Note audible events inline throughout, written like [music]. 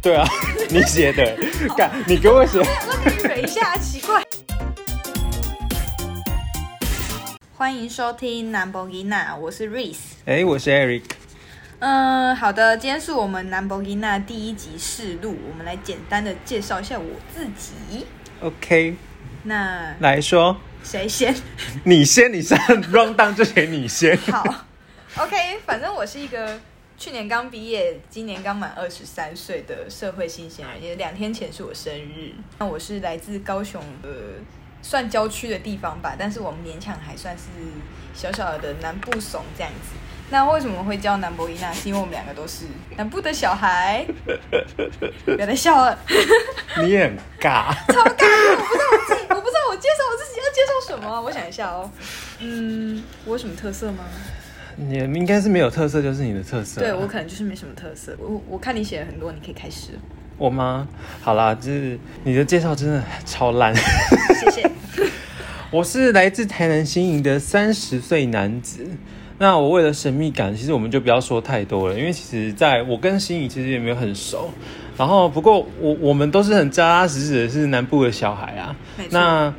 对 [laughs] 啊，你写的，干，你给我写。我给你蕊一下，奇怪。欢迎收听南博吉娜，我是 Reese。哎、我是 Eric。嗯，好的，今天是我们南博吉娜第一集试录，我们来简单的介绍一下我自己。 OK，那来说，谁先？你先，你 [laughs] 上 round down 之前你先。好，OK，反正我是一个去年刚毕业，今年刚满二十三岁的社会新鲜人，也两天前是我生日。那我是来自高雄的，算郊区的地方吧，但是我们勉强还算是小小的南部怂这样子。那为什么会叫南博伊娜？是因为我们两个都是南部的小孩，不要再笑了，你也很尬。超尴尬，我不知道我自己，我不知道我介绍我自己要介绍什么啊、我想一下哦，嗯，我有什么特色吗？你应该是没有特色，就是你的特色。啊对我可能就是没什么特色。我我看你写了很多，你可以 [laughs] 开始了。我吗？好啦，就是你的介绍真的超烂。谢谢。 [laughs] 我是来自台南新营的三十岁男子。那我为了神秘感，其实我们就不要说太多了，因为其实在我跟新颖其实也没有很熟。然后不过我我们都是很扎扎实实的是南部的小孩啊没。错那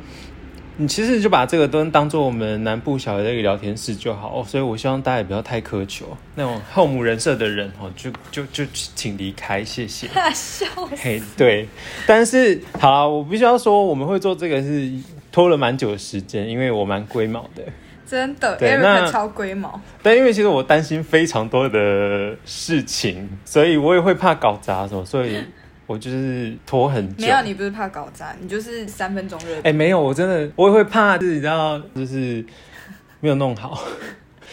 你其实就把这个都当做我们南部小孩的一个聊天室就好、哦所以我希望大家也不要太苛求那种后母人设的人哦，就就就请离开，谢谢。大笑死。嘿，对，但是好啦，我必须要说，我们会做这个是拖了蛮久的时间，因为我蛮龟毛的。真的对那，Eric 超龟毛。但因为其实我担心非常多的事情，所以我也会怕搞砸什么，所以我就是拖很久。没有，你不是怕搞砸，你就是三分钟热哎、度。没有，我真的我也会怕，自己知道就是没有弄好。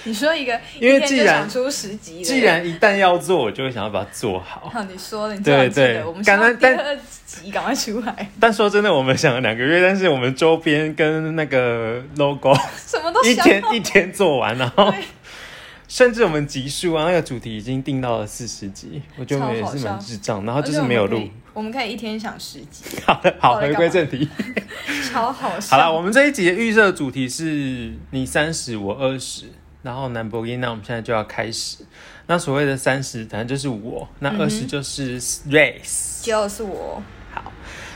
你说一个，因为一天既就然想出十集的，既然一旦要做，我就会想要把它做好。好，你说了，你对最好记对得，我们希刚望刚第但二集赶快出来，但说真的，我们想了两个月，但是我们周边跟那个 logo 什么都一想哦天好一天做完，然后 [laughs] 甚至我们集数啊，那个主题已经定到了四十集，我觉得我们也是超好蛮笑智障，然后就是没有。而且录我们可。以我们可以一天想十集，好的，好，我在回干嘛归正题。超好 [laughs] 好笑。了，我们这一集的预设主题是你三十，我二十，然后南博基，那我们现在就要开始。那所谓的三十，反正就是我；那二嗯十就是 race。就是我，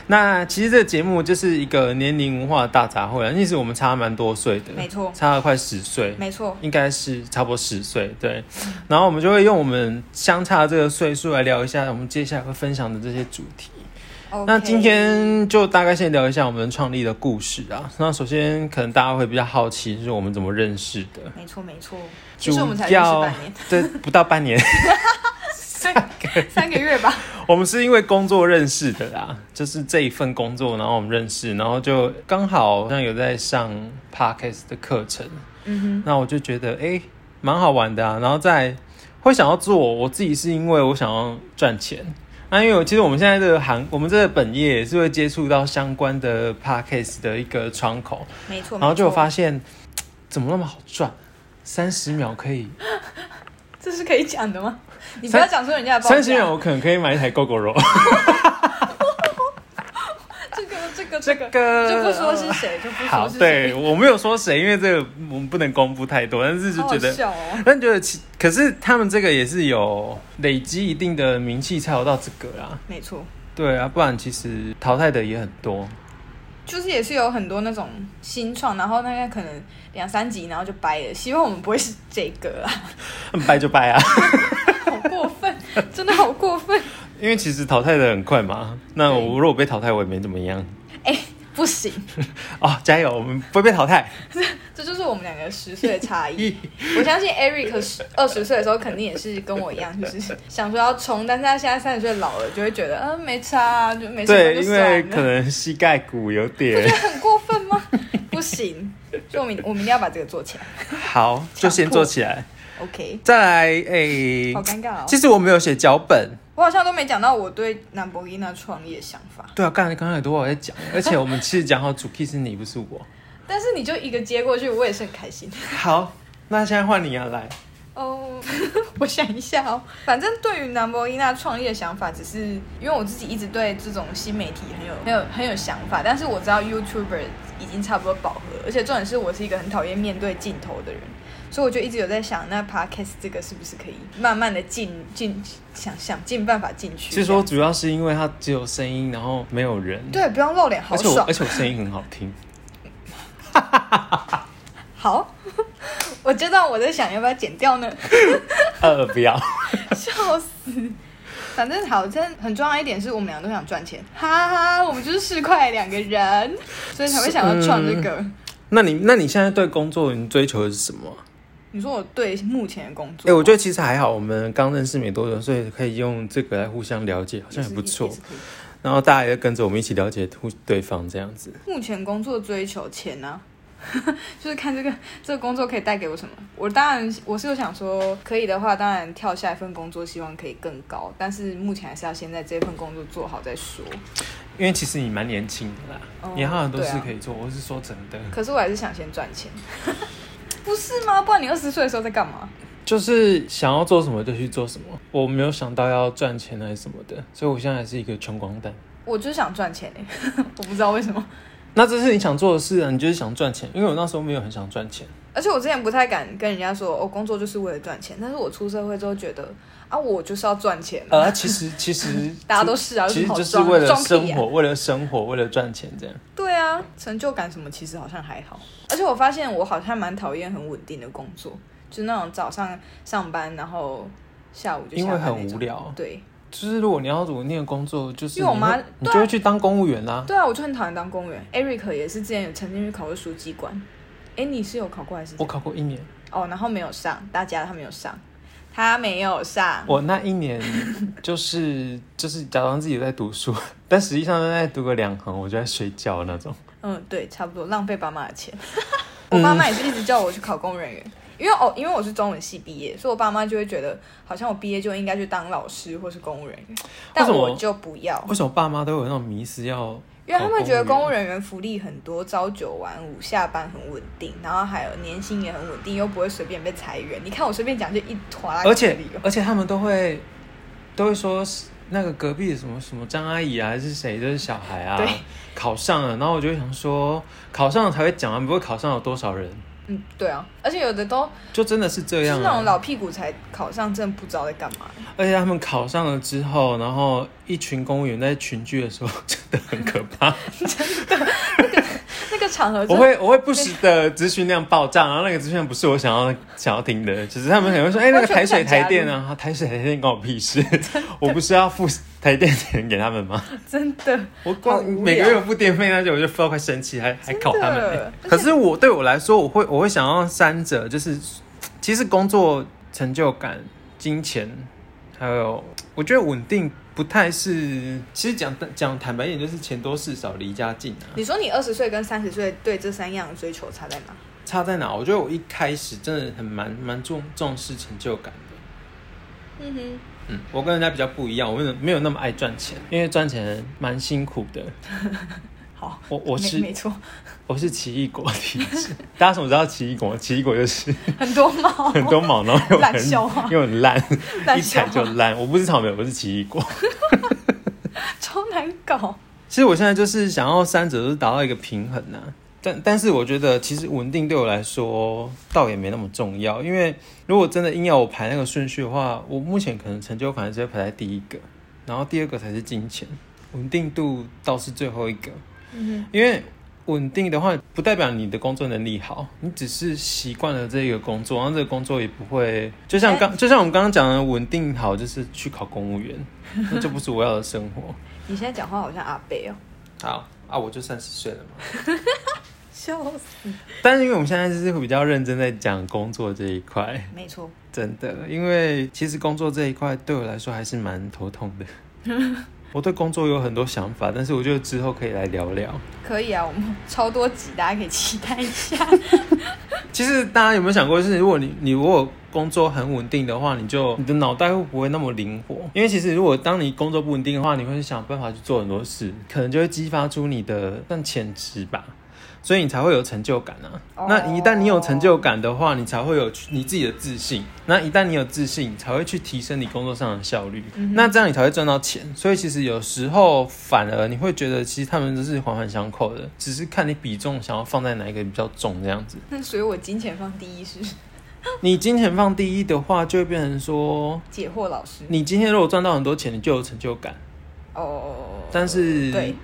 那其实这个节目就是一个年龄文化的大杂烩啊，其实我们差蛮多岁的，没错差了快十岁，没错，应该是差不多十岁，对。然后我们就会用我们相差的这个岁数来聊一下我们接下来会分享的这些主题。那 OK 今天就大概先聊一下我们创立的故事啊。那首先可能大家会比较好奇，就是我们怎么认识的？没错没错，其主实我们才认识要 [laughs] 半年，对，不到半年，对，三个月吧。 [laughs] 我们是因为工作认识的啦，就是这一份工作，然后我们认识，然后就刚好好像有在上 podcast 的课程，嗯哼。那我就觉得哎，诶蛮、好玩的啊。然后再会想要做，我自己是因为我想要赚钱。那因为我其实我们现在这个行，我们这个本业也是会接触到相关的 podcast 的一个窗口，没错，然后就没有错发现怎么那么好赚，三十秒可以，这是可以讲的吗？你不三要讲出人家的报价三十秒我可能可以买一台 GoGo 肉。这个这个这个个就不说是谁，就不好说，是谁，对我没有说谁，因为这个我们不能公布太多，但是就好觉好得，笑哦。但觉得其可是他们这个也是有累积一定的名气才有到这个啦。没错，对啊，不然其实淘汰的也很多。就是也是有很多那种新创，然后大概可能两三集，然后就掰了。希望我们不会是这个啊，嗯掰就掰啊，好过分，真的好过分， [laughs] 因为其实淘汰的很快嘛。那对我如果被淘汰，我也没怎么样不行，哦。加油，我们不会被淘汰。这就是我们两个十岁的差异。我相信 Eric 十二十岁的时候，肯定也是跟我一样，就是想说要冲，但是他现在三十岁老了，就会觉得嗯、没差、啊，就没什么对，就因算了。为可能膝盖骨有 [laughs] 点。很过分吗？不行，所以我们我们一定要把这个做起来。好，就先做起来， OK，再来诶。好尴尬其哦。实我没有写脚本，我好像都没讲到我对南博伊娜创业的想法，对啊，刚才刚才都我在讲，而且我们其实讲好主 key 是你，不是我。但是你就一个接过去，我也是很开心。好，那现在换你啊，来，哦、 [laughs] 我想一下哦，反正对于南博伊娜创业的想法，只是因为我自己一直对这种新媒体很有很有很有想法，但是我知道 YouTuber 已经差不多饱和，而且重点是我是一个很讨厌面对镜头的人，所以我就一直有在想，那 podcast 这个是不是可以慢慢的进进想想尽办法进去？其实我主要是因为它只有声音，然后没有人，对，不用露脸，好而且我爽而。且我声音很好听， [laughs] 好， [laughs] 我知道我在想要不要剪掉呢，, [laughs] 呃，不要，笑死。反正好，真的很重要一点是我们俩都想赚钱，哈哈，我们就是市侩两个人，所以才会想要创这个。嗯那你那你现在对工作你追求的是什么啊？你说我对目前的工哎、作，我觉得其实还好，我们刚认识没多久，所以可以用这个来互相了解，好也像是也不错也。是可以然后大家也跟着我们一起了解互对方这样子。目前工作追求钱呢、 [laughs] 就是看这个这个工作可以带给我什么。我当然我是有想说，可以的话，当然跳下一份工作，希望可以更高。但是目前还是要先在这份工作做好再说。因为其实你蛮年轻的啦，哦你还有很多对啊事可以做。我是说真的，可是我还是想先赚钱， [laughs] 不是吗？不然你二十岁的时候在干嘛？就是想要做什么就去做什么。我没有想到要赚钱还是什么的，所以我现在还是一个穷光蛋。我就是想赚钱、欸、 [laughs] 我不知道为什么。那这是你想做的事啊，你就是想赚钱。因为我那时候没有很想赚钱，而且我之前不太敢跟人家说，我、哦、工作就是为了赚钱。但是我出社会之后觉得，啊，我就是要赚钱、啊，呃，其实其实 [laughs] 大家都是啊，有其实什么好就是装为了装屁生啊活，为了生活，为了赚钱这样。对啊，成就感什么其实好像还好。而且我发现我好像蛮讨厌很稳定的工作，就是那种早上上班，然后下午就因下为班那种很无。聊，对就是如果你要稳定的工作，就是因为我你妈啊会你就会去当公务员啦。对啊，我就很讨厌当公务员。Eric 也是之前有曾经去考过书记官，哎、你是有考过还是怎我样？考过一年，哦，然后没有上，大家他没有上，他没有上。我那一年就是就是假装自己在读书， [laughs] 但实际上都在读个两行，我就在睡觉那种。嗯，对，差不多浪费爸妈的钱。 [laughs] 我爸妈也是一直叫我去考公务人员，因为哦，因为我是中文系毕业，所以我爸妈就会觉得好像我毕业就应该去当老师或是公务人员，但为什么我就不要，为什么爸妈都有那种迷失要？因为他们觉得公务员人员福利很多，朝九晚五，下班很稳定，然后还有年薪也很稳定，又不会随便被裁员。你看我随便讲就一坨拉，而且而且他们都会都会说是那个隔壁的什么什么张阿姨啊，还是谁，就是小孩啊对，考上了，然后我就会想说，考上了才会讲啊，不会考上有多少人，嗯，对啊，而且有的都就真的是这是样、啊。那种老屁股才考上，真的不知道在干 [laughs] 嘛。而且他们考上了之后，然后一群公务员在群聚的时候， [laughs] 真的很可怕。那个场合真的我会我会不时的资讯量爆炸，然后那个资讯量不是我想要想要听的，只是他们可能会嗯说，哎、那个台水台电啊，台水台电关我屁 [laughs] 事，我不是要付台电钱给他们吗？真的我好光无聊每个月付电费那些，我就付到快生气，还还考他们、真欸的。可是我对我来说，我会我会想要三者，就是其实工作成就感、金钱，还有我觉得稳定不太是。其实讲讲坦白一点，就是钱多事少，离家近啊。你说你二十岁跟三十岁对这三样的追求差在哪？差在哪？我觉得我一开始真的很蛮蛮重重视成就感的。嗯哼，嗯，我跟人家比较不一样，我没有没有那么爱赚钱，因为赚钱蛮辛苦的。好，我我是没没错，我是奇异果体质， [laughs] 大家什么知道奇异果？奇异果就是 [laughs] 很多毛，很多毛，然后又 [laughs] 烂很笑话又很烂， [laughs] [laughs] 烂一笑踩话就烂。我不是草莓，我是奇异果。 [laughs] 超难搞。其实我现在就是想要三者都达到一个平衡呐、但但是我觉得其实稳定对我来说倒也没那么重要，因为如果真的硬要我排那个顺序的话，我目前可能成就感还是会排在第一个，然后第二个才是金钱，稳定度倒是最后一个。嗯因为稳定的话，不代表你的工作能力好，你只是习惯了这个工作，然后这个工作也不会，就像刚就像我们刚刚讲的，稳定好就是去考公务员，那就不是我要的生活。哼，你现在讲话好像阿北哦，好啊，我就三十岁了嘛，笑死。但是因为我们现在就是会比较认真在讲工作这一块， [laughs] 没错，真的，因为其实工作这一块对我来说还是蛮头痛的。 [laughs] 我对工作有很多想法，但是我觉得之后可以来聊聊。可以啊，我们超多集，大家可以期待一下。 [laughs] 其实大家有没有想过，就是如果你你如果工作很稳定的话，你就你的脑袋会不会那么灵活？因为其实如果当你工作不稳定的话，你会想办法去做很多事，可能就会激发出你的算潜质吧。所以你才会有成就感啊哦那一旦你有成就感的话，你才会有你自己的自信。那一旦你有自信，你才会去提升你工作上的效率。那这样你才会赚到钱。所以其实有时候反而你会觉得，其实他们都是环环相扣的，只是看你比重想要放在哪一个比较重这样子。那所以我金钱放第一是你金钱放第一的话，就会变成说，解惑老师。你今天如果赚到很多钱，你就有成就感。哦，但是对，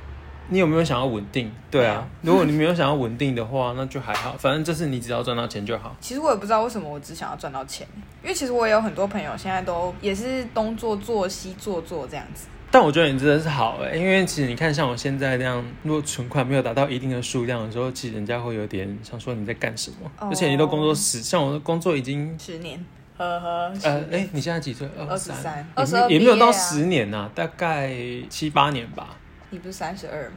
你有没有想要稳定？对啊，如果你没有想要稳定的话，那就还好，反正就是你只要赚到钱就好。其实我也不知道为什么我只想要赚到钱，因为其实我也有很多朋友现在都也是东做做西做做这样子。但我觉得你真的是好哎、因为其实你看，像我现在那样，如果存款没有达到一定的数量的时候，其实人家会有点想说你在干什么。哦而且你都工作十，像我的工作已经十年，呵呵，十呃，哎、年你现在几岁？ 23也22没也没有毕业啊到十年呐、大概七八年吧。你不是三十二吗？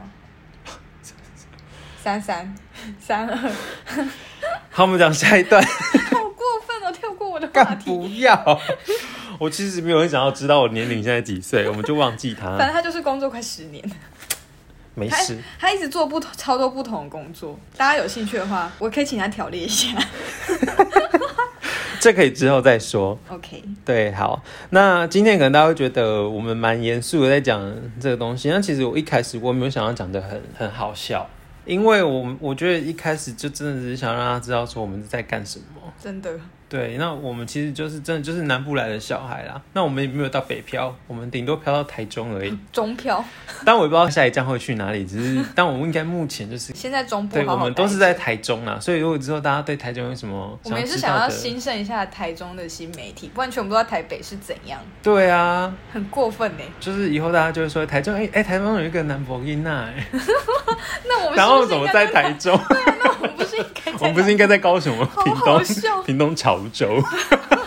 三三三二，好好，我们讲下一段，过分哦，跳过我的话干题。不要。我其实没有很想要知道我年龄现在几岁，我们就忘记 [laughs] 反正它，他就是工作快十年，没他事。他一直做不同超多不同的工作。大家有兴趣的话，我可以请他条列一下。 [laughs] 这可以之后再说。 OK，对，好，那今天可能大家会觉得我们蛮严肃的在讲这个东西，那其实我一开始我也没有想要讲的很很好笑，因为我们我觉得一开始就真的只是想让大家知道说我们在干什么。真的对，那我们其实就是真的就是南部来的小孩啦，那我们也没有到北漂，我们顶多漂到台中而已。中漂，但我也不知道下一站会去哪里，只是但我们应该目前就是。现在中部对，好我好们都是待在台中啦，所以如果之后大家对台中有什么我们也是知想道要的，兴盛一下台中的新媒体，不然全部都在台北是怎样？对啊，很过分欸呢、就是以后大家就会说台中，哎、哎、台中有一个南博伊娜， [laughs] 哎那我们 [laughs] 然是不后是怎应么该在台中？ [laughs] 那我们不是应该在 [laughs] 我们不是应该在高雄吗？好屏 [laughs] 好笑东，屏东潮州， [laughs]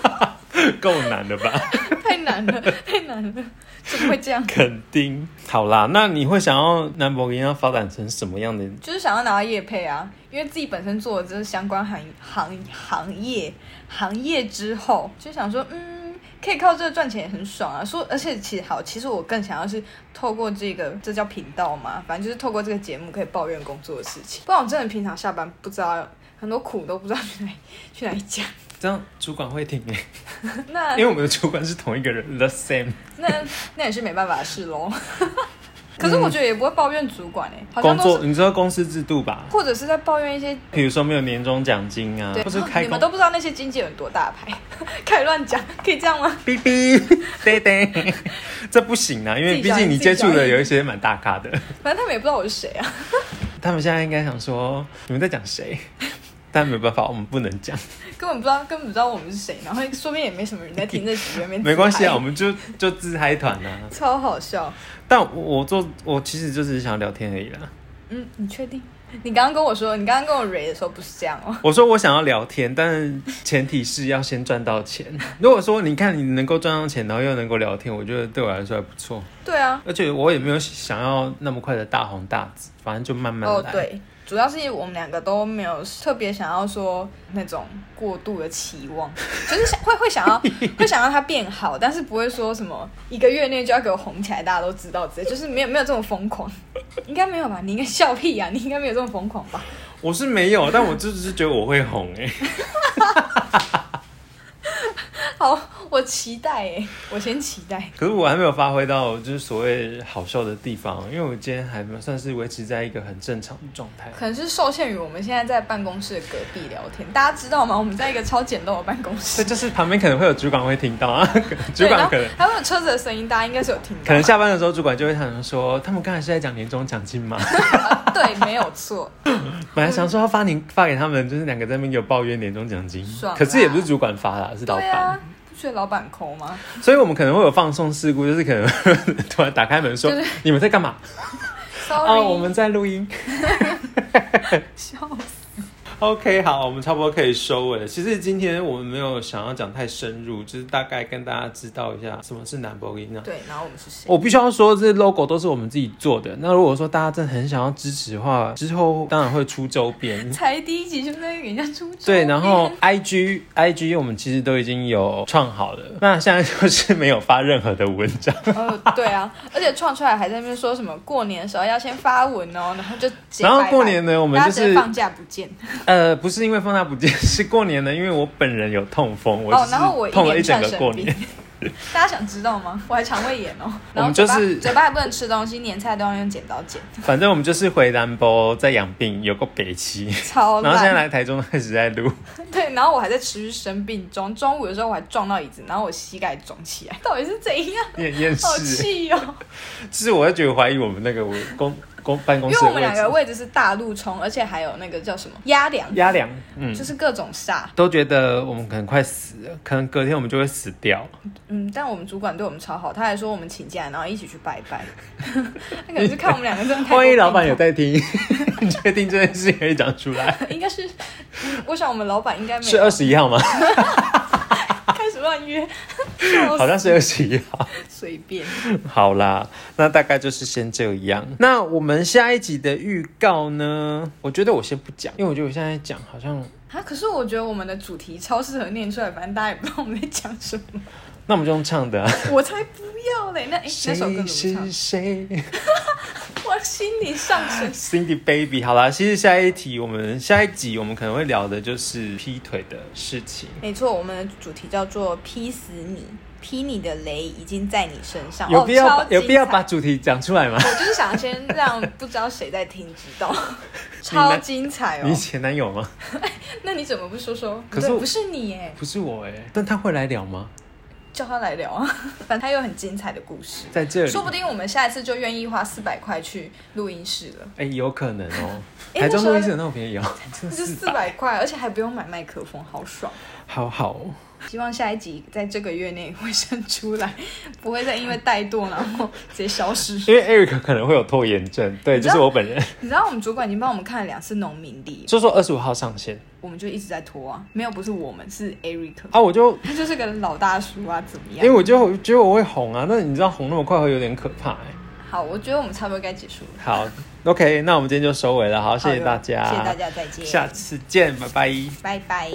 够难了吧？ [laughs] 太难了，太难了，怎么会这样？肯定。好啦，那你会想要南博伊娜发展成什么样的？就是想要拿到业配啊，因为自己本身做的就是相关行行行业行业之后，就想说，嗯，可以靠这个赚钱也很爽啊。说，而且其实好，其实我更想要是透过这个，这叫频道嘛，反正就是透过这个节目可以抱怨工作的事情。不然我真的平常下班不知道很多苦都不知道去哪里去哪里讲。 [laughs] 这样主管会听哎、 [laughs] 那因为我们的主管是同一个人，the same。那那也是没办法的事喽。可是我觉得也不会抱怨主管哎、好工像都作，是你知道公司制度吧？或者是在抱怨一些比如说没有年终奖金啊对，，或是开你工们都不知道那些经纪人有多大牌，开始乱讲，可以这样吗？哔哔， [laughs] 对对，这不行啊，因为自己毕讲竟你自己接触讲的有一些蛮大咖的。 [laughs] 反正他们也不知道我是谁啊。他们现在应该想说你们在讲谁， [laughs] 但没有办法，我们不能讲，根本不知道，根本不知道我们是谁，然后说不定也没什么人在听这几个面，没关系啊，我，们就就自嗨团啊。超好笑。但我我做我其实就只是想聊天而已啦。嗯，你确定？你刚刚跟我说，你刚刚跟我 re 的时候不是这样哦。我说我想要聊天，但是前提是要先赚到钱。如果说你看你能够赚到钱，然后又能够聊天，我觉得对我来说还不错。对啊，而且我也没有想要那么快的大红大紫，反正就慢慢来。哦对，主要是我们两个都没有特别想要说那种过度的期望， [laughs] 就是想会会想 [laughs] 要会想要它变好，但是不会说什么一个月内就要给我红起来，大家都知道之类，就是没有没有这么疯狂， [laughs] 应该没有吧？你应该笑屁呀、你应该没有这么疯狂吧？ [laughs] 我是没有，但我就只是觉得我会红哎、好，我期待哎、我先期待。可是我还没有发挥到就是所谓好笑的地方，因为我今天还蛮算是维持在一个很正常的状态。可能是受限于我们现在在办公室的隔壁聊天，大家知道吗？我们在一个超简陋的办公室这，就是旁边可能会有主管会听到 [laughs] 啊，主对然管后可能还会有车子的声音，大家应该是有听到吧。可能下班的时候，主管就会想说，他们刚才是在讲年终奖金 [laughs] 吗？对，没有错。本来想说要发年发给他们，就是两个在那边给我抱怨年终奖金爽，啦啊可是也不是主管发啦，是老对板，啊啊，不觉得老板抠吗？所以我们可能会有放送事故，就是可能 [laughs] 突然打开门说就是你们在干嘛？ Sorry，、哦，我们在录音。 [laughs] 笑死。 OK，好，我们差不多可以收尾了。其实今天我们没有想要讲太深入，就是大概跟大家知道一下什么是南博音娜。对，然后我们是谁？。我必须要说，这 logo 都是我们自己做的。那如果说大家真的很想要支持的话，之后当然会出周边 [laughs] 才第一集就在给人家出丑对，然后 I G I G 我们其实都已经有创好了，那现在就是没有发任何的文章。呃，对啊，而且创出来还在那边说什么过年的时候要先发文哦，然后就直接然后拜拜过年呢我们大家就直接是放假不见呃，不是因为放假不见，是过年呢，因为我本人有痛风，我哦就，是然后我痛了连一整串个生过病年。， [laughs] 大家想知道吗？我还肠胃炎哦，[laughs] 然我后们嘴巴就是嘴巴还不能吃东西，连菜都要用剪刀剪， [laughs] 反正我们就是回南波在养病，有个北七，超然后现在烂。来台中开始在录， [laughs] 对，然后我还在持续生病中，中午的时候我还撞到椅子，然后我膝盖肿起来，到底是怎样？你很厌好世。气哦！就是我会觉得怀疑我们那个我公公办公因为室的我们两位个置，位置是大路冲，而且还有那个叫什么压梁，压梁，嗯就，是各种煞。都觉得我们可能快死了，可能隔天我们就会死掉。嗯，但我们主管对我们超好，他还说我们请假，然后一起去拜拜。 [laughs] 他可能是看我们两个真的太 [laughs] 多万一老板病有在听， [laughs] 你确定这件事可以讲出来？痛，应该是，嗯我想我们老板应 [laughs] 该没有是呃二十一号 [laughs] 吗？开始乱约，笑死好像是二十一号。随便。好啦，那大概就是先这样。那我们下一集的预告呢？我觉得我先不讲，因为我觉得我现在讲好像……啊！可是我觉得我们的主题超适合念出来，反正大家也不知道我们在讲什么。那我们就用唱的、啊。我才不要嘞！那哎、那首歌谁怎么是谁唱？我心里上升。 ？Cindy Baby。好啦，其实下一题我们下一集我们可能会聊的就是劈腿的事情。没错，我们的主题叫做“劈死你”，劈你的雷已经在你身上。有必要哦把、、超有必要精彩把主题讲出来吗？我就是想先让不知道谁在听知 [laughs] 道，超精彩哦你！前男友吗？那你怎么不说说？可是对我不是你耶，不是我哎、但他会来聊吗？叫他来聊啊！ [laughs] 反正他有很精彩的故事，在这里，说不定我们下一次就愿意花四百块去录音室了。哎、有可能哦、[laughs] 哎台中那时候录音室有那么便宜哦、真那就是四百块，而且还不用买麦克风，好爽！好好哦。希望下一集在这个月内会生出来，不会再因为怠惰然后直接消失。因为 Eric 可能会有拖延症，对，你知就道是我本人，你知道我们主管已经帮我们看了两次农民历，就说二十五号上线我们就一直在拖啊。没有，不是我们，是 Eric，啊，我就他就是个老大叔啊，怎么因为样？我就觉得我会红啊，那你知道红那么快会有点可怕、欸。好，我觉得我们差不多该结束了。好，OK，那我们今天就收尾了，好，谢谢好的大家，谢谢大，家，再见，下次见，拜拜。拜拜。